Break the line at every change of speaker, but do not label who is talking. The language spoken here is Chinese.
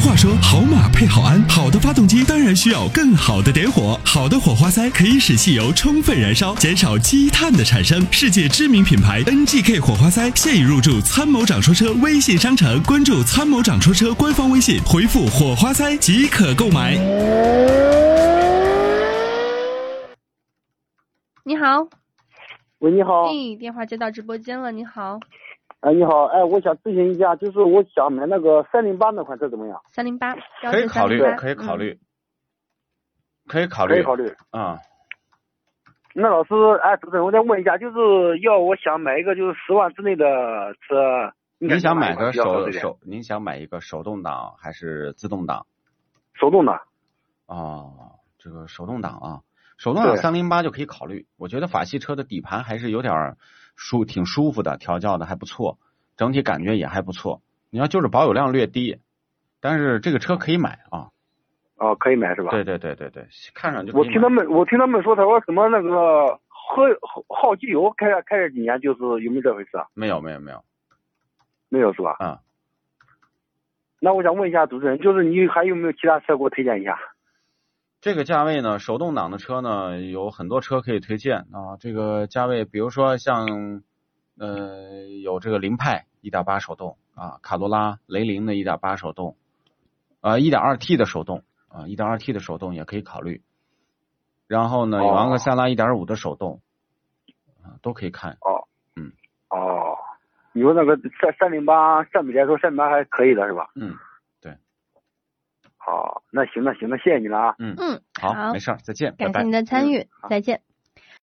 话说，好马配好鞍，好的发动机当然需要更好的点火。好的火花塞可以使汽油充分燃烧，减少积碳的产生。世界知名品牌 NGK 火花塞现已入驻参谋长说车微信商城，关注参谋长说车官方微信，回复“火花塞”即可购买。
你好，
喂，你
哦
好，
哎，电话接到直播间了，你好，
哎，你好，哎，我想咨询一下，就是我想买那个三零八那款车怎么样？
三零八，
可以考虑，可以考
嗯。
虑，可以考
可以
虑
考虑。
啊。
那老师，哎，主持人，我再问一下，就是要我想买一个就是十万之内的车，你
您想买个
比较合
手
适点
手，您想买一个手动挡还是自动挡？
手动的？
哦，这个手动挡啊，手动挡
对
三零八就可以考虑。我觉得法系车的底盘还是有点儿舒，挺舒服的，调教的还不错，整体感觉也还不错。你要就是保有量略低，但是这个车可以买啊。
哦，可以买是吧？
对对对对对，看上就可以
我听
买
他们，我听他们说，他说什么那个喝耗机油开了开了几年，就是有没有这回事啊？
没有没有没有，
没有是吧？
嗯。
那我想问一下主持人，就是你还有没有其他车给我推荐一下？
这个价位呢，手动挡的车呢有很多车可以推荐啊。这个价位，比如说像呃有这个凌派1.8手动啊，卡罗拉、雷凌的1.8手动，啊 1.2T 的手动啊 1.2T 的手动也可以考虑。然后呢，有
哦
昂克赛拉1.5的手动啊，都可以看。
哦，你说那个三三零八相比来说，三零八还可以的是吧？
嗯
好，那行，那行，那谢谢你了啊。啊
嗯，
嗯，
好，
好
没事儿，再见，拜
嗯感谢
拜嗯
您。的参与，再见。